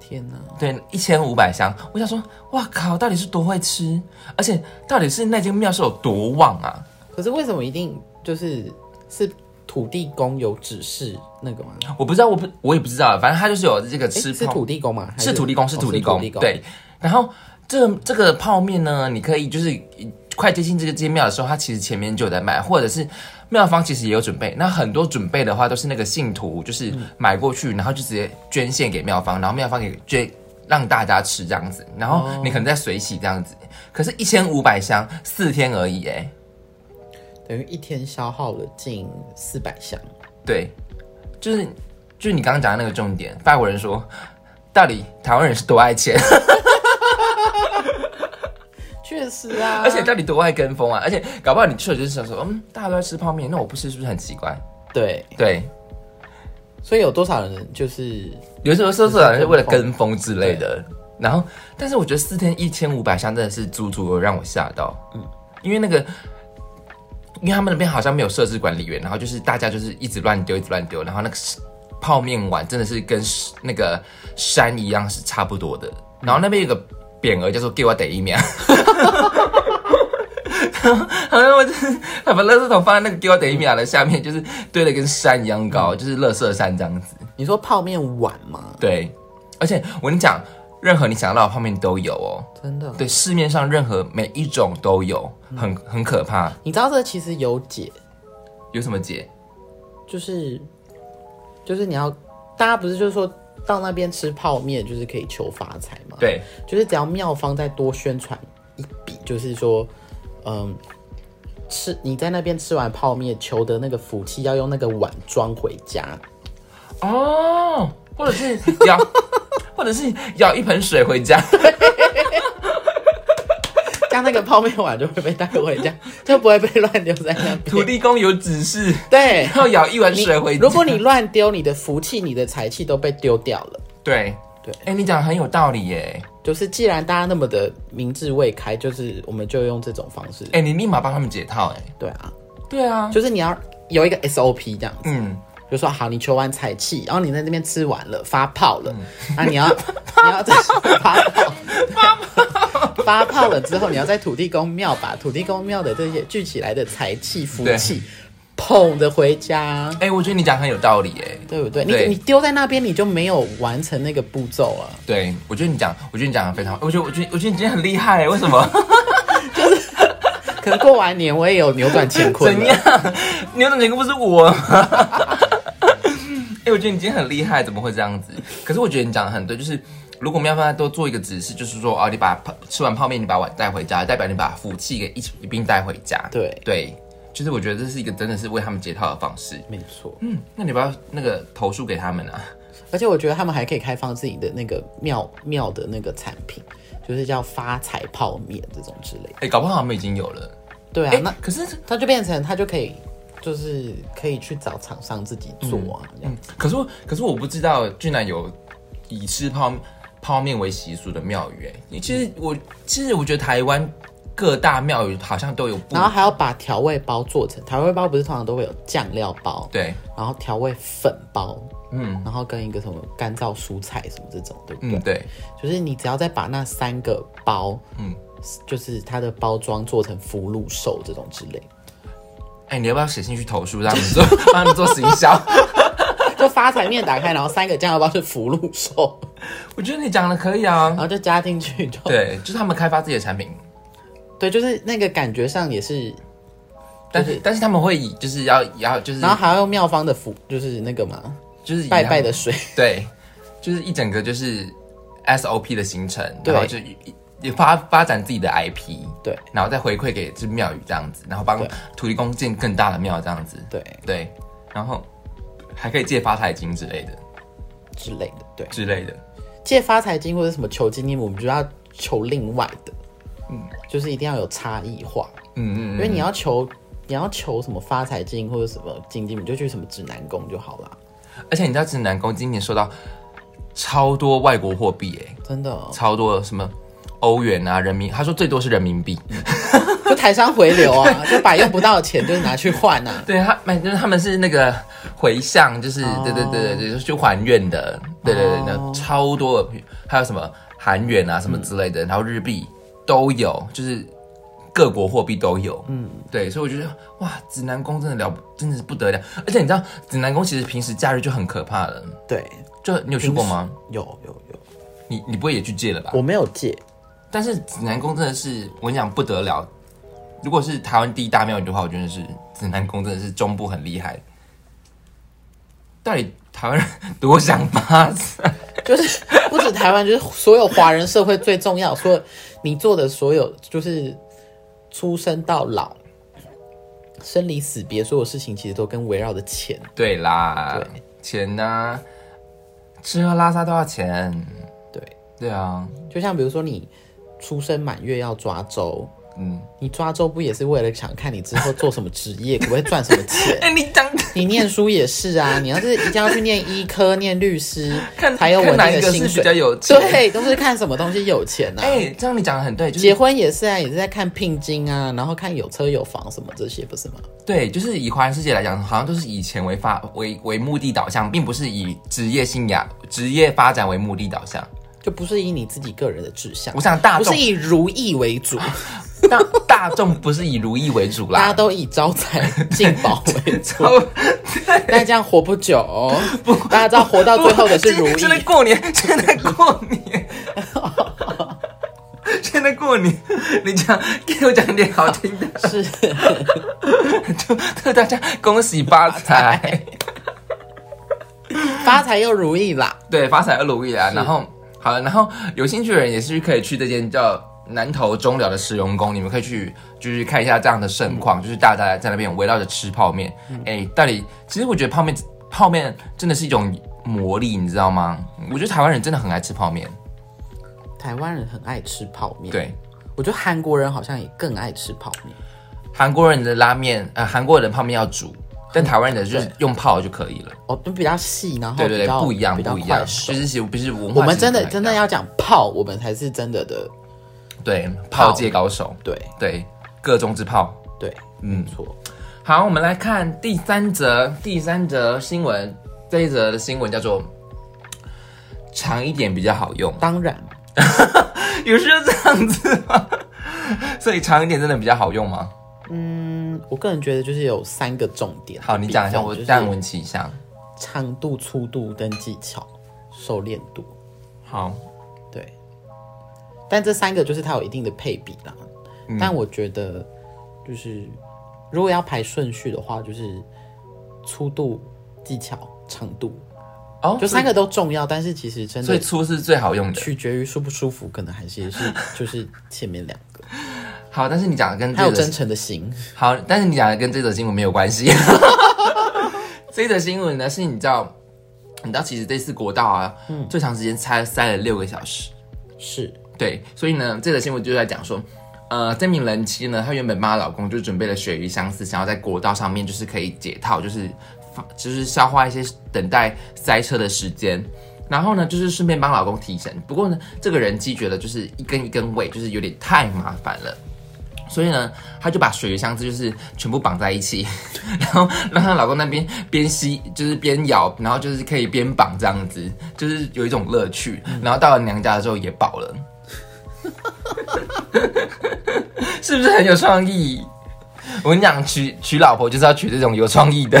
[SPEAKER 2] 天哪！
[SPEAKER 1] 对，一千五百箱，我想说，哇靠，到底是多会吃，而且到底是那间庙是有多旺啊？
[SPEAKER 2] 可是为什么一定就是是土地公有指示那个吗？
[SPEAKER 1] 我不知道，我不我也不知道，反正他就是有这个
[SPEAKER 2] 诶
[SPEAKER 1] 吃
[SPEAKER 2] 哎是
[SPEAKER 1] 泡
[SPEAKER 2] 土地公吗？还
[SPEAKER 1] 是土地公，是
[SPEAKER 2] 哦
[SPEAKER 1] 土地公，对。然后这个这个泡面呢，你可以就是呃快接近这个间庙的时候，它其实前面就有在卖，或者是庙方其实也有准备。那很多准备的话，都是那个信徒就是买过去，然后就直接捐献给庙方，然后庙方给捐让大家吃这样子，然后你可能在水洗这样子。可是，一千五百箱，四天而已，哎，
[SPEAKER 2] 等于一天消耗了近四百箱。
[SPEAKER 1] 对，就是就是你刚刚讲的那个重点，法国人说，到底台湾人是多爱钱？
[SPEAKER 2] 确实啊，
[SPEAKER 1] 而且到底多爱跟风啊！而且搞不好你去了就是想说，嗯，大家都在吃泡面，那我不吃是不是很奇怪？
[SPEAKER 2] 对，
[SPEAKER 1] 对，
[SPEAKER 2] 所以有多少人就是
[SPEAKER 1] 有时候搜索好像是为了啊跟风之类的。然后，但是我觉得四天一千五百箱真的是足足有让我吓到，嗯，因为那个，因为他们那边好像没有设置管理员，然后就是大家就是一直乱丢，一直乱丢，然后那个泡面碗真的是跟那个山一样是差不多的。然后那边有个匾额叫做“给我逮一 秒”，好像我就是他把垃圾桶放在那个“给我逮一秒”的下面，就是堆的跟山一样高，就是垃圾山这样子。
[SPEAKER 2] 你说泡面碗吗？
[SPEAKER 1] 对，而且我跟你讲，任何你想到的泡面都有哦。
[SPEAKER 2] 真的，
[SPEAKER 1] 对，市面上任何每一种都有，很很可怕。
[SPEAKER 2] 你知道这其实有解，
[SPEAKER 1] 有什么解？
[SPEAKER 2] 就是就是你要大家不是就是说到那边吃泡面就是可以求发财吗？，
[SPEAKER 1] 对，
[SPEAKER 2] 就是只要妙方再多宣传一笔，就是说，嗯。吃你在那边吃完泡面，求的那个福气要用那个碗装回家，
[SPEAKER 1] 哦，或者是 舀，或者是舀一盆水回家。
[SPEAKER 2] 这样那个泡面碗就会被带回家，就不会被乱丢在那边。
[SPEAKER 1] 土地公有指示，
[SPEAKER 2] 对，
[SPEAKER 1] 要舀一碗
[SPEAKER 2] 你
[SPEAKER 1] 水回家。
[SPEAKER 2] 如果你乱丢，你的福气、你的财气都被丢掉了。
[SPEAKER 1] 对
[SPEAKER 2] 对
[SPEAKER 1] 哎、你讲的很有道理耶。
[SPEAKER 2] 就是既然大家那么的明智未开，就是我们就用这种方式。
[SPEAKER 1] 哎、你立马帮他们解套哎。
[SPEAKER 2] 对啊，
[SPEAKER 1] 对啊，
[SPEAKER 2] 就是你要有一个 SOP 这样子，
[SPEAKER 1] 嗯，
[SPEAKER 2] 就说好，你求完财气，然后你在那边吃完了，发泡了，那 你要你要在嗯发泡。发泡了之后，你要在土地公庙把土地公庙的这些聚起来的财气、福
[SPEAKER 1] 对
[SPEAKER 2] 气捧着回家，
[SPEAKER 1] 哎、我觉得你讲得很有道理哎。
[SPEAKER 2] 对不对？
[SPEAKER 1] 对
[SPEAKER 2] 你你丢在那边，你就没有完成那个步骤 啊。
[SPEAKER 1] 对，我觉得你讲，我觉得你讲的非常，我觉得我觉得我觉得你今天很厉害耶，为什么？
[SPEAKER 2] 可能过完年我也有扭转乾坤
[SPEAKER 1] 怎
[SPEAKER 2] 了
[SPEAKER 1] 样。？ 牛顿乾坤不是我吗？ 哎、我觉得你今天很厉害，怎么会这样子？可是我觉得你讲的很对，就是如果我们要帮他多做一个指示，就是说啊，你把泡吃完泡面，你把碗带回家，代表你把福气给一起一并带回家。
[SPEAKER 2] 对
[SPEAKER 1] 对，就是我觉得这是一个真的是为他们解套的方式。
[SPEAKER 2] 没错，
[SPEAKER 1] 嗯，那你不要那个投诉给他们啊？
[SPEAKER 2] 而且我觉得他们还可以开放自己的那个庙庙的那个产品，就是叫发财泡面这种之类的。
[SPEAKER 1] 哎、搞不好他们已经有了。
[SPEAKER 2] 对啊，
[SPEAKER 1] 哎、
[SPEAKER 2] 那
[SPEAKER 1] 可是
[SPEAKER 2] 它就变成它就可以，就是可以去找厂商自己做啊，
[SPEAKER 1] 嗯
[SPEAKER 2] 这样
[SPEAKER 1] 可是我可是我不知道，居然有以吃泡泡面为习俗的庙宇、欸。其实我其实我觉得台湾各大庙宇好像都有不
[SPEAKER 2] 然后还要把调味包做成调味包，不是通常都会有酱料包，
[SPEAKER 1] 对，
[SPEAKER 2] 然后调味粉包，
[SPEAKER 1] 嗯
[SPEAKER 2] 然后跟一个什么干燥蔬菜什么这种，对不对？
[SPEAKER 1] 嗯对，
[SPEAKER 2] 就是你只要再把那三个包，
[SPEAKER 1] 嗯，
[SPEAKER 2] 就是它的包装做成福禄寿这种之类的，
[SPEAKER 1] 哎、你要不要写信去投诉，让他们做 帮他们做行销？
[SPEAKER 2] 就发财面打开，然后三个酱油包是福禄寿，
[SPEAKER 1] 我觉得你讲的可以啊
[SPEAKER 2] 然。后就加进去就
[SPEAKER 1] 对，就是他们开发自己的产品，
[SPEAKER 2] 对，就是那个感觉上也是，
[SPEAKER 1] 但是但是他们会以就是要要就是
[SPEAKER 2] 然后还要用妙方的福，就是那个嘛
[SPEAKER 1] 就是以
[SPEAKER 2] 拜
[SPEAKER 1] 他
[SPEAKER 2] 拜
[SPEAKER 1] 们
[SPEAKER 2] 的水，
[SPEAKER 1] 对，就是一整个就是 SOP 的行程，
[SPEAKER 2] 对
[SPEAKER 1] 然后就一也发发展自己的 IP，
[SPEAKER 2] 对，
[SPEAKER 1] 然后再回馈给这庙宇这样子，然后帮
[SPEAKER 2] 对
[SPEAKER 1] 土地公建更大的庙这样子，
[SPEAKER 2] 对
[SPEAKER 1] 对，然后还可以借发财金之类的
[SPEAKER 2] 之类的，对，
[SPEAKER 1] 之类的，
[SPEAKER 2] 借发财金或者什么求经验，我们就要求另外的，嗯，就是一定要有差异化，
[SPEAKER 1] 嗯嗯
[SPEAKER 2] 因
[SPEAKER 1] 嗯，
[SPEAKER 2] 为你要求你要求什么发财金或者什么金金，你就去什么指南宫就好了，
[SPEAKER 1] 而且你知道指南宫今年收到超多外国货币哎、
[SPEAKER 2] 真的 哦、
[SPEAKER 1] 超多什么欧元啊人民，他说最多是人民币，
[SPEAKER 2] 就台商回流啊，就把用不到的钱就是拿去换啊，
[SPEAKER 1] 对他，反正他们是那个回向，就是、
[SPEAKER 2] 哦
[SPEAKER 1] 对对对对，就是去还愿的，对对对，那、
[SPEAKER 2] 哦
[SPEAKER 1] 超多的，还有什么韩元啊什么之类的，然后日币都有，就是各国货币都有，嗯，对，所以我觉得哇，指南宫真的了不，真的是不得了，而且你知道指南宫其实平时假日就很可怕了，
[SPEAKER 2] 对，
[SPEAKER 1] 就你有去过吗？
[SPEAKER 2] 有有有，
[SPEAKER 1] 你你不会也去借了吧？
[SPEAKER 2] 我没有借，
[SPEAKER 1] 但是指南宫真的是我跟你讲不得了，如果是台湾第一大庙宇的话，我觉得是指南宫真的是中部很厉害。到底台湾人多想发财？
[SPEAKER 2] 就是不止台湾，就是所有华人社会最重要，所有你做的所有就是出生到老。生离死别，所有事情其实都跟围绕着钱。
[SPEAKER 1] 对啦，
[SPEAKER 2] 对
[SPEAKER 1] 钱呢、吃喝拉撒都要钱。
[SPEAKER 2] 对，
[SPEAKER 1] 对啊，
[SPEAKER 2] 就像比如说你出生满月要抓周，
[SPEAKER 1] 嗯，
[SPEAKER 2] 你抓周不也是为了想看你之后做什么职业，可不可以赚什么钱？
[SPEAKER 1] 哎、你讲
[SPEAKER 2] 你念书也是啊，你要是一定要去念医科、念律师，
[SPEAKER 1] 看
[SPEAKER 2] 才有
[SPEAKER 1] 看
[SPEAKER 2] 稳定
[SPEAKER 1] 哪一
[SPEAKER 2] 的
[SPEAKER 1] 个是
[SPEAKER 2] 薪
[SPEAKER 1] 比
[SPEAKER 2] 水。
[SPEAKER 1] 较有钱？，
[SPEAKER 2] 对，都是看什么东西有钱呐、啊。
[SPEAKER 1] 哎、这样你讲的很对，就是
[SPEAKER 2] 结婚也是啊，也是在看聘金啊，然后看有车有房什么这些，不是吗？
[SPEAKER 1] 对，就是以华人世界来讲，好像都是以钱为发为为目的导向，并不是以职业生涯、职业发展为目的导向。
[SPEAKER 2] 就不是以你自己个人的志向
[SPEAKER 1] 我，想大
[SPEAKER 2] 不
[SPEAKER 1] 众
[SPEAKER 2] 是以如意为主，
[SPEAKER 1] 大大众不是以如意为主
[SPEAKER 2] 大家
[SPEAKER 1] 啦，
[SPEAKER 2] 都以招财进宝为 主。
[SPEAKER 1] 都
[SPEAKER 2] 那这样活不久、 大家知道活到最后的是如意。
[SPEAKER 1] 现在过年，现在过年，现在过年，你讲给我讲点好听的，
[SPEAKER 2] 是，
[SPEAKER 1] 祝祝大家恭喜发财，
[SPEAKER 2] 发财又如意啦。
[SPEAKER 1] 对，发财而如意啊。然后好了，然后有兴趣的人也是可以去这间叫。南投中寮的石龙宫，你们可以去，就是看一下这样的盛
[SPEAKER 2] 嗯
[SPEAKER 1] 况，就是大家在那边围绕着吃泡面。哎、到底其实我觉得泡面泡面真的是一种魔力，你知道吗？我觉得台湾人真的很爱吃泡面。
[SPEAKER 2] 嗯台湾人很爱吃泡面，，
[SPEAKER 1] 对，
[SPEAKER 2] 我觉得韩国人好像也更爱吃泡面。
[SPEAKER 1] 韩国人的拉面，呃，韩国人的泡面要煮，但台湾人的就是用泡就可以了。
[SPEAKER 2] 哦，就比较细，然后
[SPEAKER 1] 对对
[SPEAKER 2] 比
[SPEAKER 1] 对，
[SPEAKER 2] 较
[SPEAKER 1] 不一样，
[SPEAKER 2] 比较
[SPEAKER 1] 不一样，
[SPEAKER 2] 快
[SPEAKER 1] 就
[SPEAKER 2] 熟。
[SPEAKER 1] 是其实不是文化。
[SPEAKER 2] 我们真的真的要讲泡，我们才是真的的，
[SPEAKER 1] 对泡界高手，
[SPEAKER 2] 对
[SPEAKER 1] 对各种之泡。
[SPEAKER 2] 对，
[SPEAKER 1] 嗯
[SPEAKER 2] 没错。
[SPEAKER 1] 好，我们来看第三则，第三则新闻，这一则的新闻叫做“长一点比较好用”，
[SPEAKER 2] 当然，
[SPEAKER 1] 有需要这样子吗？ 所以长一点真的比较好用吗？
[SPEAKER 2] 嗯，我个人觉得就是有三个重点。
[SPEAKER 1] 好，你讲一下，我让
[SPEAKER 2] 就是
[SPEAKER 1] 文琪一下。
[SPEAKER 2] 长度、粗度跟技巧、熟练度，
[SPEAKER 1] 好，
[SPEAKER 2] 对。但这三个就是它有一定的配比啦。
[SPEAKER 1] 嗯
[SPEAKER 2] 但我觉得就是如果要排顺序的话，就是粗度、技巧、长度，
[SPEAKER 1] 哦，
[SPEAKER 2] 就三个都重要。但是其实
[SPEAKER 1] 所
[SPEAKER 2] 真
[SPEAKER 1] 以，所以
[SPEAKER 2] 的
[SPEAKER 1] 粗是最好用的。
[SPEAKER 2] 取决于舒不舒服，可能还是也是就是前面两个，
[SPEAKER 1] 好，但是你讲的跟这
[SPEAKER 2] 还有
[SPEAKER 1] 个
[SPEAKER 2] 真诚的心。
[SPEAKER 1] 好，但是你讲的跟这则新闻没有关 系。这则新闻呢，是你知道，你知道，其实这次国道啊，最长时间塞塞了六个小时。
[SPEAKER 2] 是
[SPEAKER 1] 对，所以呢，这则新闻就在讲说，呃，这名人妻呢，她原本帮她老公就准备了鳕鱼相思，想要在国道上面就是可以解套，就是发就是消化一些等待塞车的时间。然后呢，就是顺便帮老公提神。不过呢，这个人妻觉得就是一根一根喂，就是有点太麻烦了，所以呢，她就把鳕鱼相思就是全部绑在一起， 然后让她老公那边边吸就是边咬，然后就是可以边绑这样子，就是有一种乐趣。然后到了娘家的时候也饱了。是不是很有创意？我跟你讲，娶娶老婆就是要娶这种有创意的，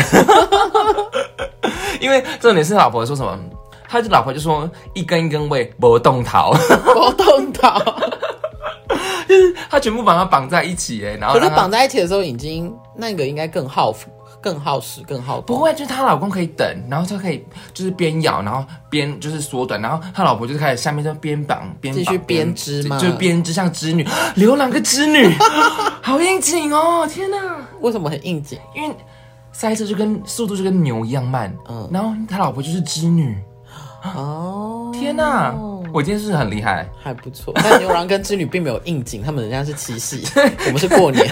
[SPEAKER 1] 因为重点是老婆说什么，他就老 婆就说一根一根喂不动桃，
[SPEAKER 2] 我动到，
[SPEAKER 1] 他全部把它绑在一起哎，然后
[SPEAKER 2] 可是
[SPEAKER 1] 让它
[SPEAKER 2] 绑在一起的时候，已经那个应该更耗更耗时、更耗
[SPEAKER 1] 不
[SPEAKER 2] 工。
[SPEAKER 1] 会，就是她老公可以等，然后她可以就是边咬，然后边就是缩短，然后她老婆就是开始下面就边绑边绑
[SPEAKER 2] 继续
[SPEAKER 1] 边
[SPEAKER 2] 编织吗
[SPEAKER 1] 就编织像织女， 流浪个织女， 好应景哦！天哪，
[SPEAKER 2] 为什么很应景？
[SPEAKER 1] 因为塞车就跟速度就跟牛一样慢，
[SPEAKER 2] 嗯
[SPEAKER 1] 然后她老婆就是织女，
[SPEAKER 2] 哦，
[SPEAKER 1] 天哪，我今天是不是很厉害？
[SPEAKER 2] 还不错。但牛郎跟织女并没有应景，他们人家是七夕，我们是过年。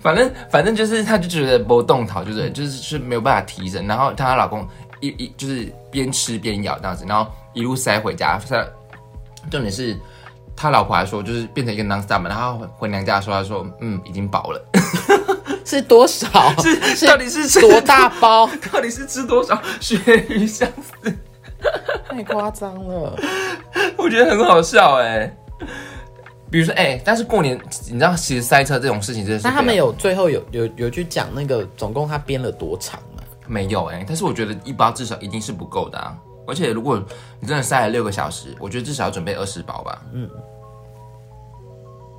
[SPEAKER 1] 反正反正就是她就觉得不动桃，就是就是是没有办法提升，然后她老公一一就是边吃边咬这样子，然后一路塞回家，塞。重点是他老婆还说，就是变成一个 non stop 嘛，然后回娘家的时候，他说嗯已经饱了，
[SPEAKER 2] 是多少？是
[SPEAKER 1] 到底是吃
[SPEAKER 2] 多？大包？
[SPEAKER 1] 到底是吃多少鳕鱼香丝？
[SPEAKER 2] 太夸张了。
[SPEAKER 1] 我觉得很好笑哎、比如说哎、但是过年你知道，其实塞车这种事情真的是
[SPEAKER 2] 那他们
[SPEAKER 1] 非常
[SPEAKER 2] 有最后有有有去讲那个总共他编了多长吗？
[SPEAKER 1] 没有哎、但是我觉得一包至少一定是不够的啊。而且如果你真的塞了六个小时，我觉得至少要准备二十包吧。嗯，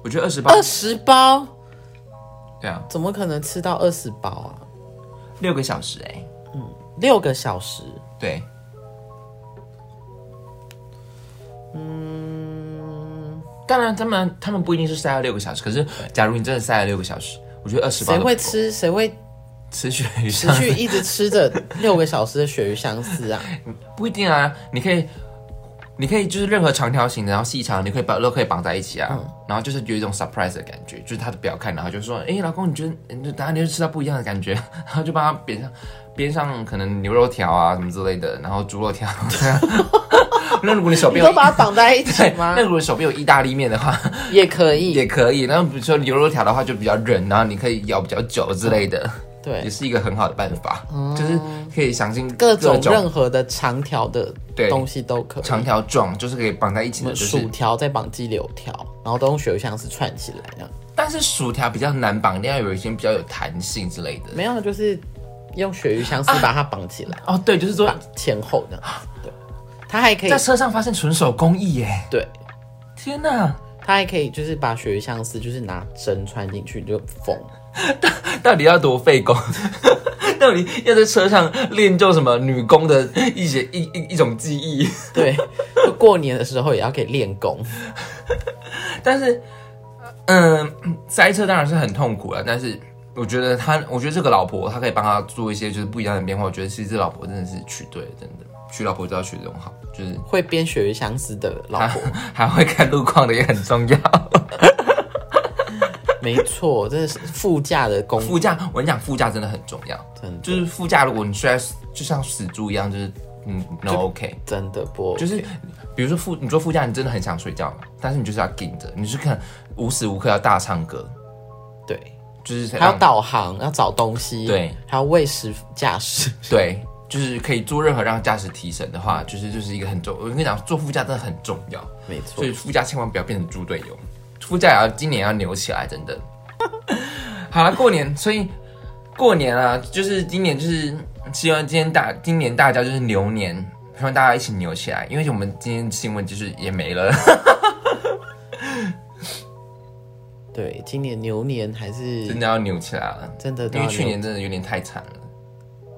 [SPEAKER 1] 我觉得二十包
[SPEAKER 2] 二十包？
[SPEAKER 1] 对啊，
[SPEAKER 2] 怎么可能吃到二十包啊？
[SPEAKER 1] 六个小时哎、
[SPEAKER 2] 六个小时，
[SPEAKER 1] 对，嗯，当然，他们他们不一定是塞了六个小时，可是假如你真的塞了六个小时，我觉得二十包
[SPEAKER 2] 谁
[SPEAKER 1] 都不
[SPEAKER 2] 会
[SPEAKER 1] 够
[SPEAKER 2] 吃？谁会
[SPEAKER 1] 持续以
[SPEAKER 2] 持
[SPEAKER 1] 上？
[SPEAKER 2] 续一直吃着六个小时的鳕鱼香丝啊？
[SPEAKER 1] 不一定啊，你可以。你可以就是任何长条形的，然后细长，你可以把都可以绑在一起啊，
[SPEAKER 2] 嗯
[SPEAKER 1] 然后就是有一种 surprise 的感觉，就是他的表看，然后就说，哎、老公，你觉得，你等下你就吃到不一样的感觉， 然后就帮他边上边上可能牛肉条啊什么之类的，然后猪肉条，啊那如果你手
[SPEAKER 2] 你
[SPEAKER 1] 边有
[SPEAKER 2] 都把它绑在一起
[SPEAKER 1] 对，
[SPEAKER 2] 吗嗯
[SPEAKER 1] 那？如果手边有意大利面的话，
[SPEAKER 2] 也可以，
[SPEAKER 1] 也可以。然后比如说牛肉条的话，就比较韧，然后你可以咬比较久之类的，也
[SPEAKER 2] 对，
[SPEAKER 1] 是一个很好的办法，就是可以想尽
[SPEAKER 2] 嗯各种
[SPEAKER 1] 种
[SPEAKER 2] 任何的长条的
[SPEAKER 1] 对
[SPEAKER 2] 东西都可以。
[SPEAKER 1] 长条状，就是可以绑在一起
[SPEAKER 2] 什
[SPEAKER 1] 的，
[SPEAKER 2] 么
[SPEAKER 1] 就
[SPEAKER 2] 薯
[SPEAKER 1] 是。
[SPEAKER 2] 条再绑鸡柳条，然后都用鳕鱼香丝串起来，这样
[SPEAKER 1] 但是薯条比较难绑，一定要有一些比较有弹性之类的。
[SPEAKER 2] 没有啊就是用鳕鱼香丝把它绑起来，
[SPEAKER 1] 哦，对，就是说
[SPEAKER 2] 绑前后这样。对，它还可以
[SPEAKER 1] 在车上发现纯手工艺耶！
[SPEAKER 2] 对，
[SPEAKER 1] 天哪，
[SPEAKER 2] 它还可以就是把鳕鱼香丝就是拿针穿进去你就 缝，
[SPEAKER 1] 到底要多费工？ 到底要在车上练就什么女工的一些一一一种技艺？
[SPEAKER 2] 对，就过年的时候也要可以练功。
[SPEAKER 1] 但是，嗯，塞车当然是很痛苦了，但是我觉得他，我觉得这个老婆，她可以帮他做一些就是不一样的变化。我觉得其实这老婆真的是娶对了，真的娶老婆就要娶这种好，就是
[SPEAKER 2] 会编鳕鱼相思的 老婆，
[SPEAKER 1] 还会看路况的也很重要。
[SPEAKER 2] 没错，这是副驾的功
[SPEAKER 1] 副驾，我跟你讲，副驾真的很重要，
[SPEAKER 2] 真的
[SPEAKER 1] 就是副驾，如果你睡在就像死猪一样，就是嗯，no OK。
[SPEAKER 2] 真的不
[SPEAKER 1] 就是比如说副，你坐副驾，你真的很想睡觉嘛，但是你就是要顶着，你是看无时无刻要大唱歌，
[SPEAKER 2] 对，
[SPEAKER 1] 就是
[SPEAKER 2] 还要
[SPEAKER 1] 让
[SPEAKER 2] 导航，要找东西，
[SPEAKER 1] 对，
[SPEAKER 2] 还要喂食驾驶，
[SPEAKER 1] 对，就是可以做任何让驾驶提神的话，就是就是一个很重。我跟你讲，做副驾真的很重要，
[SPEAKER 2] 没
[SPEAKER 1] 所
[SPEAKER 2] 错
[SPEAKER 1] 以。副驾千万不要变成猪队友，副驾也要今年要扭起来，真的。 好了，过年，所以过年啊，就是今年就是希望今天大今年大家就是牛年，希望大家一起扭起来，因为我们今天新闻就是也没 了，
[SPEAKER 2] 对，今年牛年还是
[SPEAKER 1] 真的要扭起来了，
[SPEAKER 2] 真的都
[SPEAKER 1] 因
[SPEAKER 2] 要
[SPEAKER 1] 为
[SPEAKER 2] 牛，
[SPEAKER 1] 去年真的有点太惨了。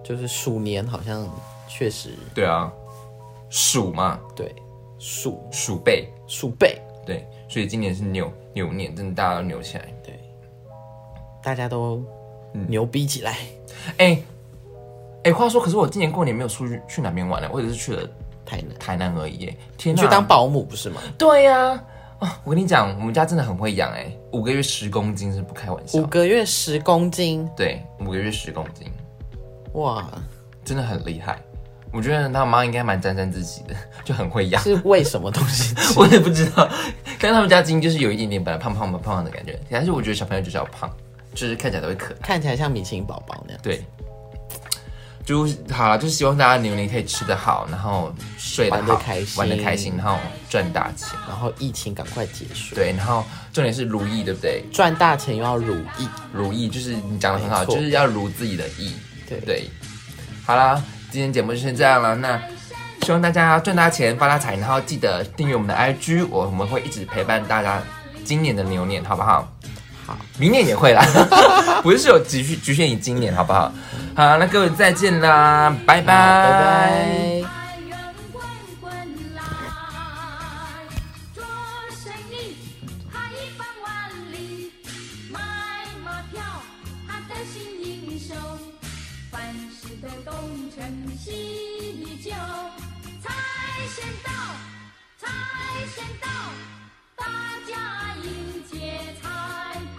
[SPEAKER 2] 就是鼠年好像确实
[SPEAKER 1] 对啊，鼠嘛，
[SPEAKER 2] 对鼠
[SPEAKER 1] 鼠辈，
[SPEAKER 2] 鼠辈，
[SPEAKER 1] 对，所以今年是牛牛年，真的大家要扭起来。
[SPEAKER 2] 对，大家都
[SPEAKER 1] 嗯
[SPEAKER 2] 牛逼起来，
[SPEAKER 1] 哎、哎、话说，可是我今年过年没有出去去哪边玩了，啊我只是去了
[SPEAKER 2] 太难。
[SPEAKER 1] 台南而已耶。天
[SPEAKER 2] 你
[SPEAKER 1] 哪！
[SPEAKER 2] 去当保姆不是吗？
[SPEAKER 1] 对呀、啊，我跟你讲，我们家真的很会养哎、五个月十公斤是不啊开玩笑
[SPEAKER 2] 五。个月十公斤，
[SPEAKER 1] 对，五个月十公斤，
[SPEAKER 2] 哇，
[SPEAKER 1] 真的很厉害。我觉得他妈应该蛮沾沾自喜的， 就很会养。
[SPEAKER 2] 是喂什么东西？
[SPEAKER 1] 我也不知道，但他们家金就是有一点点本来胖胖胖胖的感觉，但是我觉得小朋友就是要胖，就是看起来都会可爱。
[SPEAKER 2] 看起来像米其林宝宝那样。
[SPEAKER 1] 对，就好了，就希望大家牛年可以吃得好，然后睡得好，
[SPEAKER 2] 玩得开心
[SPEAKER 1] 玩得开心，然后赚大钱。
[SPEAKER 2] 然后疫情赶快结束，
[SPEAKER 1] 对，然后重点是如意，对不对？
[SPEAKER 2] 赚大钱又要如意，
[SPEAKER 1] 如意就是你讲的很好，
[SPEAKER 2] 没错
[SPEAKER 1] 就是要如自己的意。
[SPEAKER 2] 对
[SPEAKER 1] 对，好啦，今天节目就先这样了。那希望大家赚大钱、发大财，然后记得订阅我们的 IG，我们会一直陪伴大家今年的牛年，好不好？
[SPEAKER 2] 好，
[SPEAKER 1] 明年也会啦， 不是有局限局限于今年，好不好？好，那各位再见啦，拜拜，
[SPEAKER 2] 拜拜。
[SPEAKER 3] 大人滚滚来，做生意还防万里，买马票还得心应手，凡事都东成西就，财神到，财神到，大家迎接财。